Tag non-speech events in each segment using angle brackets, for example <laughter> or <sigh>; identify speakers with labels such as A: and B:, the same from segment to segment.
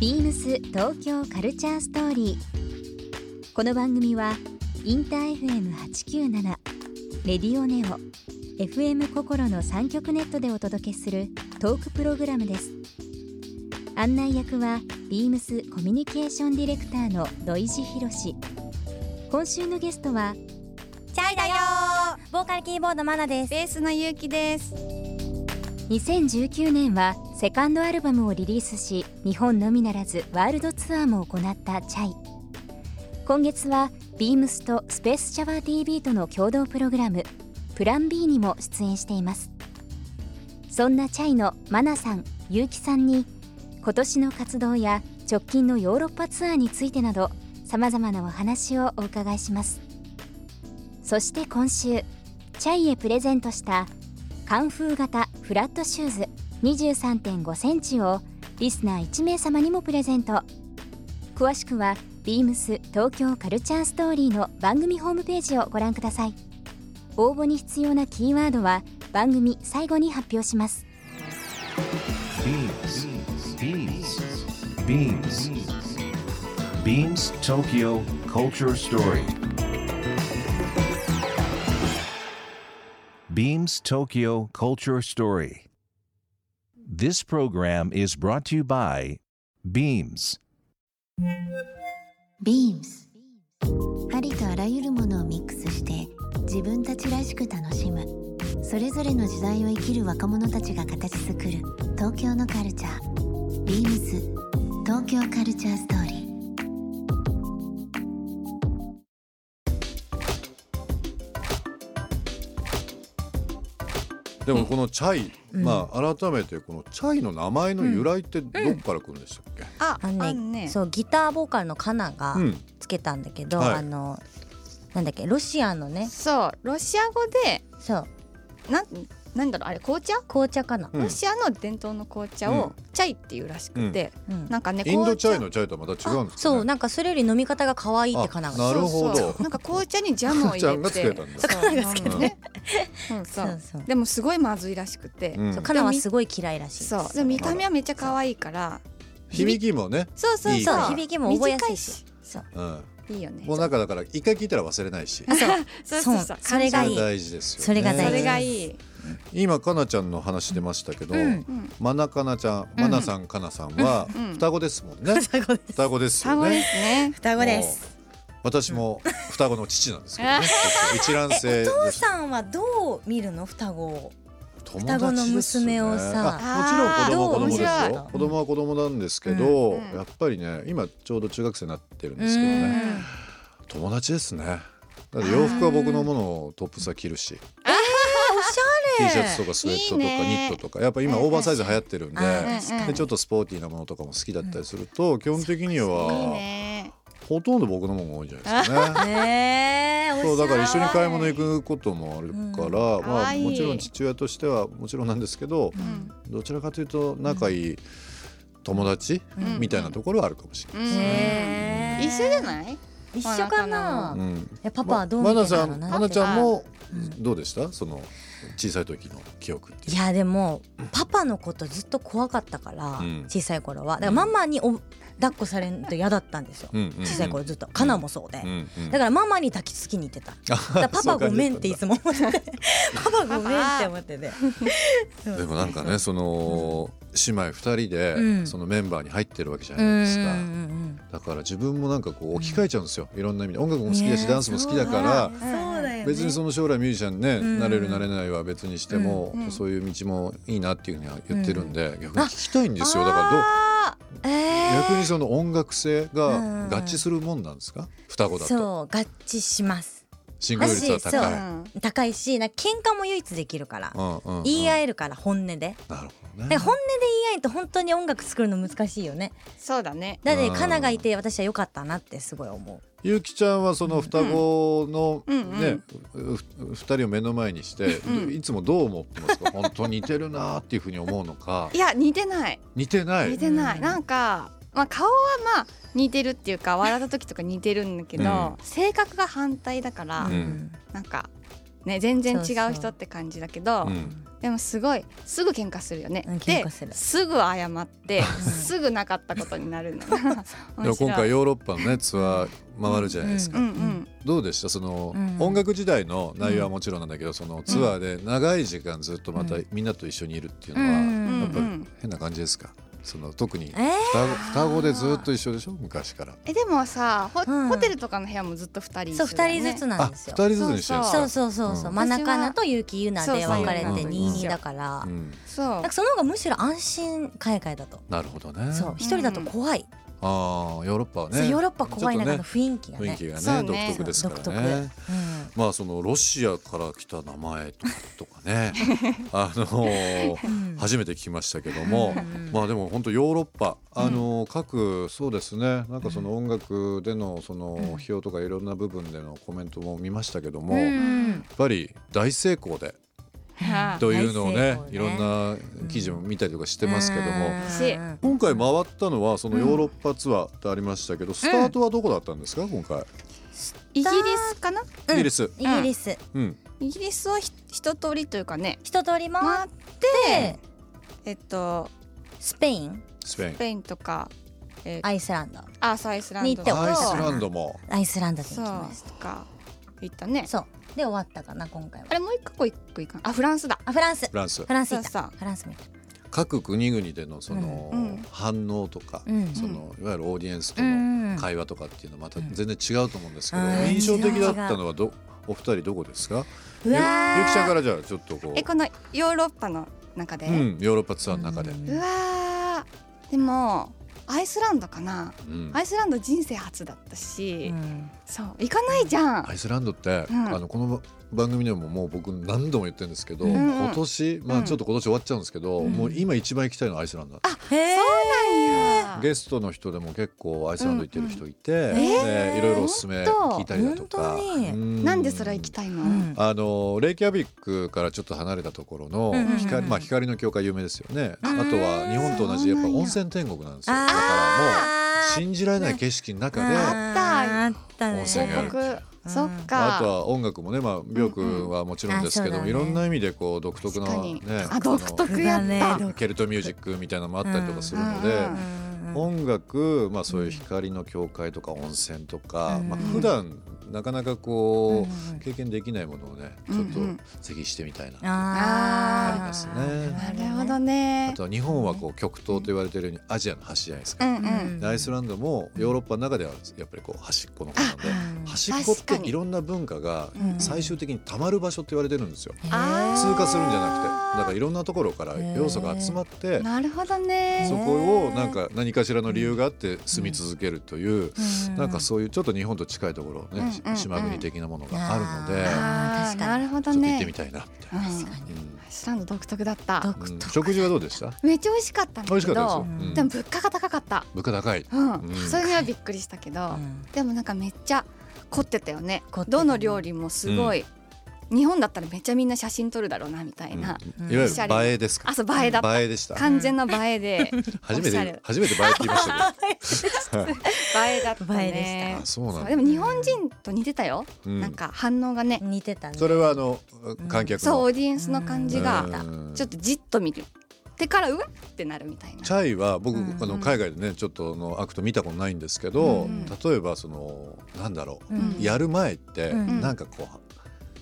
A: ビームス東京カルチャーストーリー。この番組はインター FM897 レディオネオ FM 心の三極ネットでお届けするトークプログラムです。案内役はビームスコミュニケーションディレクターの土井博志。今週のゲストは
B: チャイだよボーカルキーボードマナです
C: ベースのゆうきです
A: 2019年はセカンドアルバムをリリースし日本のみならずワールドツアーも行ったチャイ今月はビームスとスペースシャワー TV との共同プログラムプラン B にも出演していますそんなチャイのマナさんゆうきさんに今年の活動や直近のヨーロッパツアーについてなどさまざまなお話をお伺いしますそして今週チャイへプレゼントしたカンフー型フラットシューズ23.5センチをリスナー1名様にもプレゼント詳しくは beams 東京カルチャーストーリーの番組ホームページをご覧ください応募に必要なキーワードは番組最後に発表します
D: beamsbeamsbeams Tokyo Culture Story Beams Tokyo Culture Story. This program is brought to you by Beams.
E: Beams ありとあらゆるものをミックスして自分たちらしく楽しむそれぞれの時代を生きる若者たちが形作る東京のカルチャー Beams 東京カルチャーストーリー
F: でもこのチャイ、うん、まあ改めてこのチャイの名前の由来ってどこから来るんでしたっけ？うんうん、
B: あ、あのね、ね、そうギターボーカルのカナがつけたんだけど、はい、あのなんだっけロシアのね、
C: そうロシア語で、
B: そう
C: なんなんだろうあれ紅茶？
B: 紅茶かな、
C: ロシアの伝統の紅茶をチャイっていうらしくて、なんかね
F: インドチャイのチャイとまた違うんです、ね、
B: そうなんかそれより飲み方が可愛いってカナが。
F: なるほど。
C: なんか紅茶にジャム
F: <laughs>
C: を入れて、
B: <laughs> そうそう
C: でもすごいまずいらしくて、
B: うん、カナはすごい嫌いらしい
C: そうでも見た目はめっちゃ可愛いから
F: 響きもね
C: そうそうそう
B: 響きも覚えやすいし
C: そういいよね
F: もうなんかだから一回聞いたら忘れないし
C: そうそうそう
B: それがいい
F: 大事です
B: それが
C: 大事
F: 今かなちゃんの話出ましたけど、まなかなちゃん、まなさんかなさんは双子ですもん
B: <laughs>
F: ね。
B: <laughs> 双
F: 子ですよね。
B: 双子です。
F: 私も双子の父なんですけどね。 <laughs> 一卵性。
B: お父さんはどう見るの双子を？双子の娘をさ、
F: もちろん子供子供ですよ。子供は子供なんですけど、やっぱりね、今ちょうど中学生になってるんですけどね、友達ですね。洋服は僕のものをトップスは着るし。T シャツとかスウェットとかニットとかやっぱ今オーバーサイズ流行ってるんででちょっとスポーティーなものとかも好きだったりすると基本的にはほとんど僕のものが多いんじゃないです <laughs> かね。 <laughs> そうだから一緒に買い物行くこともあるからまあもちろん父親としてはもちろんなんですけどどちらかというと仲いい友達みたいなところはあるかもしれないですね。
C: 一緒じゃない
B: 一緒かな。えパパはどう
F: 見てたの？まなちゃんもどうでした？その小さい時の記憶
B: いやでもパパのことずっと怖かったから、小さい頃はだからママにお抱っこされると嫌だったんですよ、小さい頃ずっとカナもそうで、だからママに抱きつきに行ってたパパごめんっていつも思って <laughs> パパごめんって思ってて
F: でもなんかねその姉妹2人でそのメンバーに入ってるわけじゃないですか、だから自分もなんかこう置き換えちゃうんですよいろんな意味で音楽も好きだしダンスも好きだから別にその将来ミュージシャンねなれるなれないは別にしても、そういう道もいいなっていうふうには言ってるんで、逆に聞きたいんですよだからどう、逆にその音楽性が合致するもんなんですか、双子だと
B: 合致します
F: シングル率は高
B: い高いしなんか喧嘩も唯一できるから、言い合えるから本音で
F: なるほど
B: ね本音で言い合えと本当に音楽作るの難しいよね
C: そうだね
B: だってカナがいて私は良かったなってすごい思う
F: ゆうきちゃんはその双子のね、二人を目の前にして、いつもどう思ってますか。本当似てるなっていうふうに思うのか。
C: いや、似てない。
F: 似てない。
C: 似てない。なんか、まあ、顔はまあ、似てるっていうか、笑った時とか似てるんだけど、性格が反対だから、なんか。ね全然違う人って感じだけどでもすごいすぐ喧嘩するよね、
B: うん喧
C: で
B: 嘩する
C: すぐ謝ってすぐなかったことになる
B: <laughs>
C: の
F: でも
C: 面白い
F: 今回ヨーロッパのねツアー回るじゃないですか
C: う。んうん
F: どうでしたその、
B: うん
F: 音楽時代の内容はもちろんなんだけど、そのツアーで長い時間ずっとまた
B: うん
F: みんなと一緒にいるっていう
B: う
F: のは、
C: うんん
F: やっぱ
C: う
F: り
C: ん
F: 変な感じですかその特に
B: え
F: 双
B: ー
F: 子双子でずっと一緒でしょ昔から。
C: えでもさホ,、
B: うん
C: ホテルとかの部屋もずっと二人
B: そう
C: 一緒だ
B: 二
C: よね
B: 人ずつな
F: あ
B: んです
F: 二
B: よ
F: 人ずつにしてるんです
B: そう
F: か
B: そうそうそううん真中菜と結城優奈で分かれて
F: そうそう
B: 22だから
F: うん
C: そう
B: なんかその方がむしろ安心海外だと
F: なるほどね。
B: そう一人だと怖い
F: ああヨーロッパは
B: そう
F: ね
B: ヨーロッパ怖いなん
F: ちょっと
B: かあの
F: ね
B: 雰囲気が
F: 雰囲
B: ね
F: 気が
C: そう
F: ね
C: ね
F: 独特ですか
B: そう
F: らね
B: 独。うん
F: まあそのロシアから来た名前とかとか
B: <laughs>
F: ねあのー
B: うん
F: 初めて聞きましたけども、
B: うん
F: まあでも本当ヨーロッパあの、各そうですねなんかその音楽でのその
B: ん
F: 費用とかいろんな部分でのコメントも見ましたけども、
B: う
F: やっ
B: ん
F: ぱり大成功で
C: はい
F: というのをね
B: 大成功ね
F: いろんな記事も見たりとかしてますけども、
B: うん
F: 今回回ったのはそのヨーロッパツアーってありましたけど、スタートはどこだったんですか今回、
C: イギリスかな
B: うん
F: イギリス、
B: イギリス
F: うん、
C: イギリスをひ一通りというかね
B: 一通り回っ
C: 回って
B: て
C: えっと
B: スペイン
F: スペイン
C: スペインとか
B: アイスランド
C: アーサーアイスランド
B: に行っ
C: と
F: ア
B: て
F: イ
B: おこ
F: スランドも
B: アイスランドに行き
C: そ
B: ま
C: う
B: し
C: とか行ったね
B: たそうで終わったかな今回は
C: あれもう一個一個行かんあフランスだ
B: あフランス
F: フランス
B: フランス
C: そう
B: 行っ
C: そ
B: た
C: う
B: フランスも行っ
F: 各国々でのその
C: うんうん
F: 反応とか、
B: たうん
F: そのいわゆるオーディエンスと
B: う
F: の
B: ん
F: 会話とかっていうのはまた全然違うと思うんですけど、
B: うん
F: 印象的だったのはどお二人どこですか
B: う
F: ゆゆきち
B: わー
F: ゃんからじゃあちょっとこう
C: えこのヨーロッパの中で、
F: う、
C: うん
F: ヨーロッパツアーの中で、
B: うん
C: わーでもアイスランドかな
F: うん
C: アイスランド人生初だったし、
B: うん
C: そう行かないじゃん、
F: アイスランドって、
C: うん
F: あのこの番組でももう僕何度も言ってるんですけど、
B: うん
F: 今年、まあ、ちょっと今年終わっちゃうんですけど、
B: うん
F: もう今一番行きたいのはアイスランド、
B: へー
F: ゲストの人でも結構アイスランド行ってる人いて、
B: ん
F: でいろいろおすすめ聞いたりだとか
B: 本当本当に
F: う
C: なんでそれ行きたいの、
B: うん
F: あのレイキャビックからちょっと離れたところの
B: うんうんうん
F: 光,、まあ、光の教会有名ですよねあ
B: うん
F: とは日本と同じやっぱ温泉天国なんですよだからもう信じられない景色の中であ
B: あったね
F: 温泉があ
C: 広
F: る
C: 告、
B: うん
C: そっか
F: とは音楽もねまあビョクはもちろんですけども、
B: うん
F: い
B: うんあそうだね
F: ろんな意味でこう独特
C: 確
F: な
C: か
F: ね
C: に、あ独特やった、
B: だね
F: あのケルトミュージックみたいなのもあったりとかするので。
C: うんうんうん
F: 音楽、まあ、そういう光の教会とか温泉とか、
B: うん
F: まあ普段なかなかこう、
B: うんうん
F: 経験できないものをねち
C: うん
F: ょ
C: う
F: っ
C: ん
F: とぜひしてみたいな、
B: あ
C: あ
B: ー
C: り
F: ますね
C: なるほどね
F: あとは日本はこう極東と言われているようにアジアの端じゃないです
C: う
F: か、
C: んうん
F: でアイスランドもヨーロッパの中ではやっぱりこう端っこの方なんで
B: うん
F: 端っこって
C: 確かに
F: いろんな文化が
B: うん
F: 最終的にたまる場所って言われてるんですよ
C: あー
F: 通過するんじゃなくてだからいろんなところから要素が集まって
C: なるほど
F: そ
C: ね
F: こをなんか何かしらの理由があって住み続けるというなんかそういうちょっと日本と近いところ
C: うん
F: ね
C: うん
F: 島国的なものがあるので
B: あー
C: あー
B: 確かに
C: なるほど
F: ちょっと行っ
C: ね
F: てみたいなみたいな
C: うん
B: 確か
F: うん
C: アイスランド独特だった
F: うん食事はどうでした
C: めっちゃ美味しかったんだ
F: 美味しか
C: けど
F: ったですよう
B: けど
F: ん
C: でも物価が高かった
F: 物価高い
C: うん、
F: うん
C: それにはびっくりしたけど、でもなんかめっちゃ凝ってたよね
B: 凝ってたね
C: どの料理もすごい、日本だったらめっちゃみんな写真撮るだろうなみたいな、
F: うんいわゆる映えですか
C: あそう映えだった
F: 映えでした
C: 完全な映えで
F: 初め
C: おしゃれ
F: て初めて映えって言いました
C: 映えだった
B: 映え
F: け
C: ね <laughs>
F: どあそうなん
C: そう
F: だ
C: でも日本人と似てたよ、
F: うん
C: なんか反応がね、
B: 似てたね
F: それはあの観客
C: そうオ
F: の
C: ーディエンスの感じ
F: う
C: が
F: ん
C: ちょっとじっと見るてからうわってなるみたいな
F: チャイは僕、
B: うん
F: あの海外でねちょっとあのアクト見たことないんですけど、
C: うん
F: 例えばそのなんだろう、
B: うん
F: やる前って、
B: うん
F: なんかこう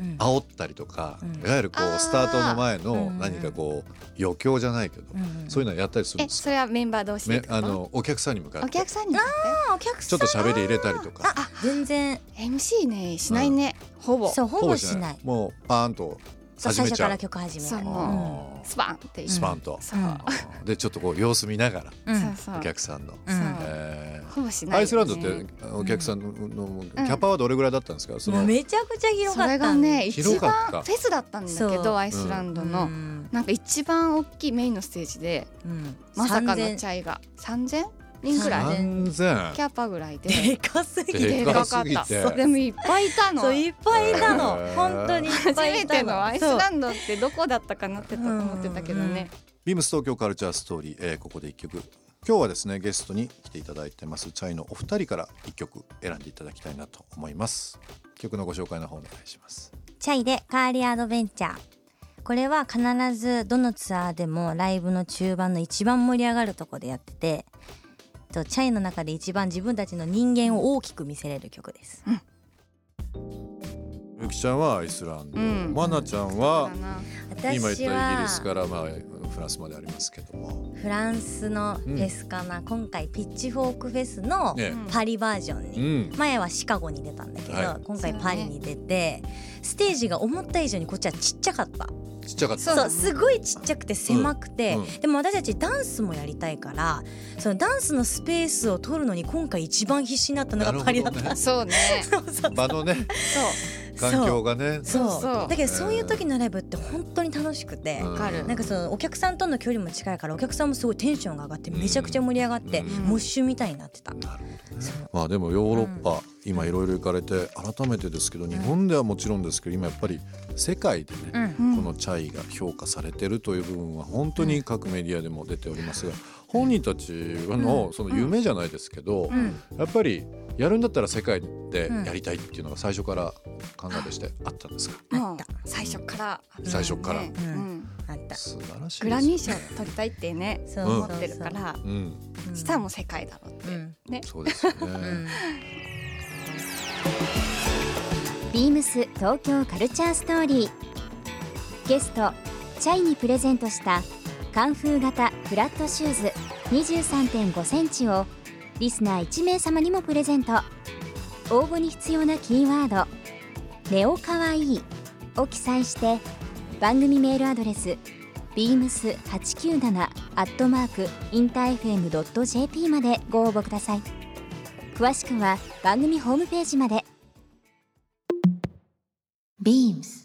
B: うん
F: 煽ったりとか、
B: うん
F: いわゆるこ
C: あー
F: うスタートの前の
B: うん
F: 何かこう余興じゃないけど、
B: うん
F: そういうのやったりするん
C: え
F: です
C: そ
F: か、
C: れはメンバー同士でっ
F: め
C: てこと
F: あのお客さんに向か
C: お
F: って
C: 客さんにとって
B: あお客
F: ちょ
B: さ
F: っ
B: ん
F: と喋り入れたりとか
B: あ全然
C: MC ねしないね、ほぼ
B: そうほぼし
F: じゃ
B: ない
F: もうパーンと
B: そう
F: 始
B: 最
F: め
B: 初
F: ちゃ
B: か
F: う
B: ら曲始め
C: そう
B: る
F: あ
C: も
F: ー
C: うスパンっていう
F: スパンと、
C: そう、
B: うん
F: あーでちょっとこう様子見ながら
B: うん
C: そうそう
F: お客さんの、
C: そ
B: うん
C: う
F: えー
C: ほぼしな
F: ア
C: いよね、
F: イスランドってお客さんののキャパはどれぐらいだったんですか、そ
B: もう
F: の
B: めちゃくちゃ広
C: そ
B: かった
C: れがね
F: 広
C: 一
F: かった
C: 番フェスだったんだけ
B: そう
C: どアイスランドの、
B: うん
C: なんか一番大きいメインのステージで
B: うん
C: まさかのチ
B: 3000
C: ャイが3000人ぐらい
F: 完全
C: キャパぐらいで
B: でかすぎて
F: で
C: で
F: か
C: か
F: す
C: か
F: ぎて
C: ったでもいっぱいいたの
B: そういっぱいいたの
F: へー
B: 本当にいっ
C: 初
B: ぱい
C: め
B: いた
C: て
B: の
C: のアイスランドってどこだったかなってと思ってたけどね
F: ビームス東京カルチャーストーリー、えーここで一曲今日はですねゲストに来ていただいてますチャイのお二人から一曲選んでいただきたいなと思います曲のご紹介の方お願いします
C: 「
B: チャイでカーリーアドベンチャーこれは必ずどのツアーでもライブの中盤の一番盛り上がるとこでやっててとチャイの中で一番自分たちの人間を大きく見せれる曲です、
F: ゆきちゃんはアイスランド、
C: うん
F: まなちゃんは
C: そうだな
F: 今言ったイ
B: 私
F: ギ
B: は
F: リスからまあフランスまでありますけども、
B: フランスのフェスかな、今回ピッチフォークフェスの
F: ね
C: うん
B: パリバージョン
F: う
B: に、
F: ん、
B: 前はシカゴに出たんだけど、
F: はい
B: 今回パリに出て、ステージが思った以上にこっちはちっちゃかった
F: ちっちゃかった。
C: そう
B: そ
C: だ
B: う
C: ね
B: すごいちっちゃくて狭くて、
F: うんうん
B: でも私たちダンスもやりたいからそのダンスのスペースを取るのに今回一番必死になったのがパリだった、
F: なる
C: そうね
B: そうそ
F: <laughs>
B: う
F: 場のね
C: そ
F: 環境がね、
B: そう
C: そうそう
B: だけどそういう時のライブって本当に楽しくて、
F: うん
C: わかる
B: なんかそのお客さんとの距離も近いからお客さんもすごいテンションが上がってめちゃくちゃ盛り上がって、
F: うん
B: モッシュみたいになってた。
F: なるほどね
B: そ。
F: まあでもヨーロッパ、今いろいろ行かれて改めてですけど日本ではもちろんですけど今やっぱり世界でね、
B: うん
C: う、うん
F: このチャイが評価されてるという部分は本当に各メディアでも出ておりますが本人たちのその夢じゃないですけど
B: うん
F: やっぱりやるんだったら世界でやりたいっていうのが最初から考えとしてあったんですか
C: も
B: あ
C: う
B: った
C: 最初から
F: 最初から
C: ね
B: うん
C: うん
B: あった
F: 素晴らしいです
C: グラミー賞取りたいってね
B: そう
F: うん
C: 思ってるから
F: うん
C: したら
B: も
C: もう世界だろうって
B: うん
C: ね
F: そうですよ
B: う
F: ね
B: ん
A: ビームス東京カルチャーストーリーゲストチャイにプレゼントしたカンフー型フラットシューズ23.5センチをリスナー1名様にもプレゼント応募に必要なキーワード「ネオかわいい」を記載して番組メールアドレス beams897 アットマークインター FM.jp までご応募ください詳しくは番組ホームページまで
E: Beams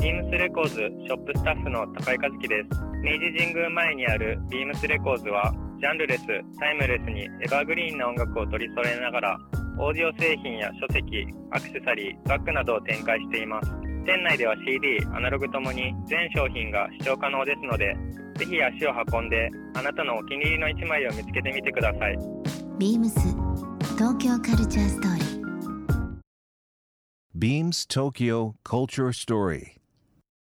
G: ビームスレコーズショップスタッフの高井和樹です明治神宮前にあるビームスレコーズはジャンルレスタイムレスにエバーグリーンな音楽を取り揃えながらオーディオ製品や書籍アクセサリーバッグなどを展開しています店内では CD アナログともに全商品が視聴可能ですのでぜひ足を運んであなたのお気に入りの1枚を見つけてみてください
E: Beams 東京カルチャーストーリー
D: Beams Tokyo Culture Story.